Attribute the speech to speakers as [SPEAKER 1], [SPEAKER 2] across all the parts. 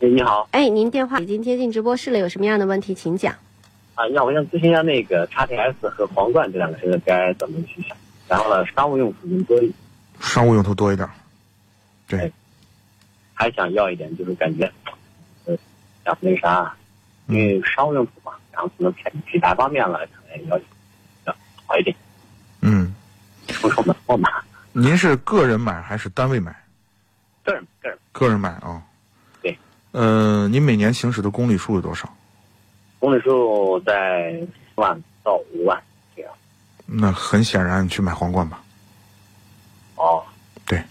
[SPEAKER 1] 哎，你好
[SPEAKER 2] 哎，您电话已经接进直播室了，有什么样的问题请讲。
[SPEAKER 1] 啊，你好，我想咨询一下那个 XTS 和皇冠这两个车该怎么去选？然后呢，商务用途更多一点，
[SPEAKER 3] 商务用途多一点。对
[SPEAKER 1] 哎，还想要一点就是感觉，呃，想那啥，因为商务用途嘛，然后可能品品牌方面了，可能要要好一点，
[SPEAKER 3] 嗯，
[SPEAKER 1] 出手能够嘛，
[SPEAKER 3] 您是个人买还是单位买？
[SPEAKER 1] 个人个人
[SPEAKER 3] 个人买啊。
[SPEAKER 1] 对。
[SPEAKER 3] 呃，您每年行驶的公里数有多少？
[SPEAKER 1] 公里数在四万到五万这样。
[SPEAKER 3] 那很显然，你去买皇冠吧。
[SPEAKER 1] 哦，
[SPEAKER 3] 对，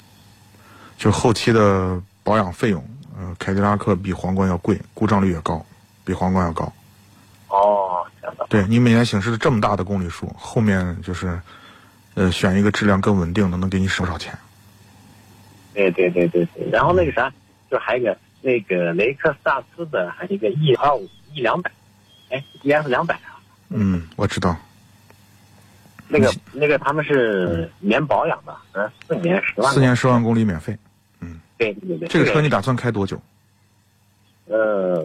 [SPEAKER 3] 就后期的保养费用，呃，凯迪拉克比皇冠要贵，故障率也高，比皇冠要高。
[SPEAKER 1] 哦，这样的，
[SPEAKER 3] 对你每年行驶的这么大的公里数，后面就是，呃，选一个质量更稳定的，能给你省不少钱。
[SPEAKER 1] 对对对对对。然后那个啥，就还有一个那个雷克萨斯的，还有一个 E 二五 E 两百，哎，ES 两百啊。
[SPEAKER 3] 嗯，我知道。
[SPEAKER 1] 那个那个他们是免保养的，嗯，四年十万。
[SPEAKER 3] 四年十万公里免费，
[SPEAKER 1] 对对对。
[SPEAKER 3] 这个车你打算开多久？
[SPEAKER 1] 呃，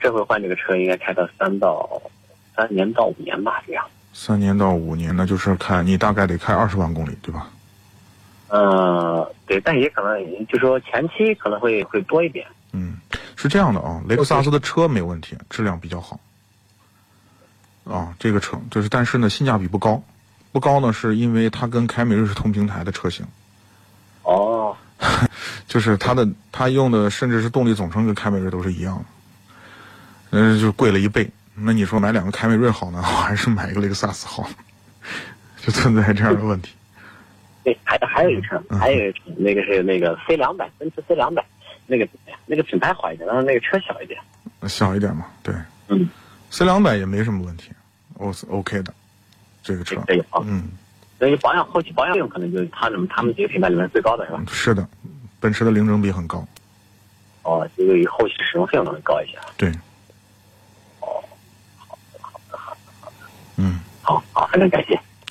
[SPEAKER 1] 这回换这个车应该开到三到三年到五年吧，这样。
[SPEAKER 3] 三年到五年，那就是看你大概得开二十万公里，对吧？
[SPEAKER 1] 呃，对，但也可能就说前期可能会会多一点。
[SPEAKER 3] 嗯，是这样的啊，雷克萨斯的车没问题，质量比较好。啊，这个车就是，但是呢，性价比不高，不高呢，是因为它跟凯美瑞是同平台的车型，
[SPEAKER 1] 哦，
[SPEAKER 3] 就是它的它用的甚至是动力总成跟凯美瑞都是一样的，嗯，就贵了一倍。那你说买两个凯美瑞好呢，还是买一个雷克萨斯好呢？ 就存在这样的问题。
[SPEAKER 1] 对，还还有一个车，还有一个车，那个是那个 C 两百，奔驰 C 两百，那个那个品牌好一点，但是那个车小一点。
[SPEAKER 3] 小一点嘛，对。
[SPEAKER 1] 嗯。
[SPEAKER 3] C 两百也没什么问题，O OK 的，这个车。
[SPEAKER 1] 这个啊，
[SPEAKER 3] 嗯，
[SPEAKER 1] 所以保养后期保养费用可能就是他们他们几个品牌里面最高的是吧？
[SPEAKER 3] 是的，奔驰的零整比很高，
[SPEAKER 1] 哦，这个后期使用费用可能高一些。
[SPEAKER 3] 对。嗯，
[SPEAKER 1] 好好，非常感谢。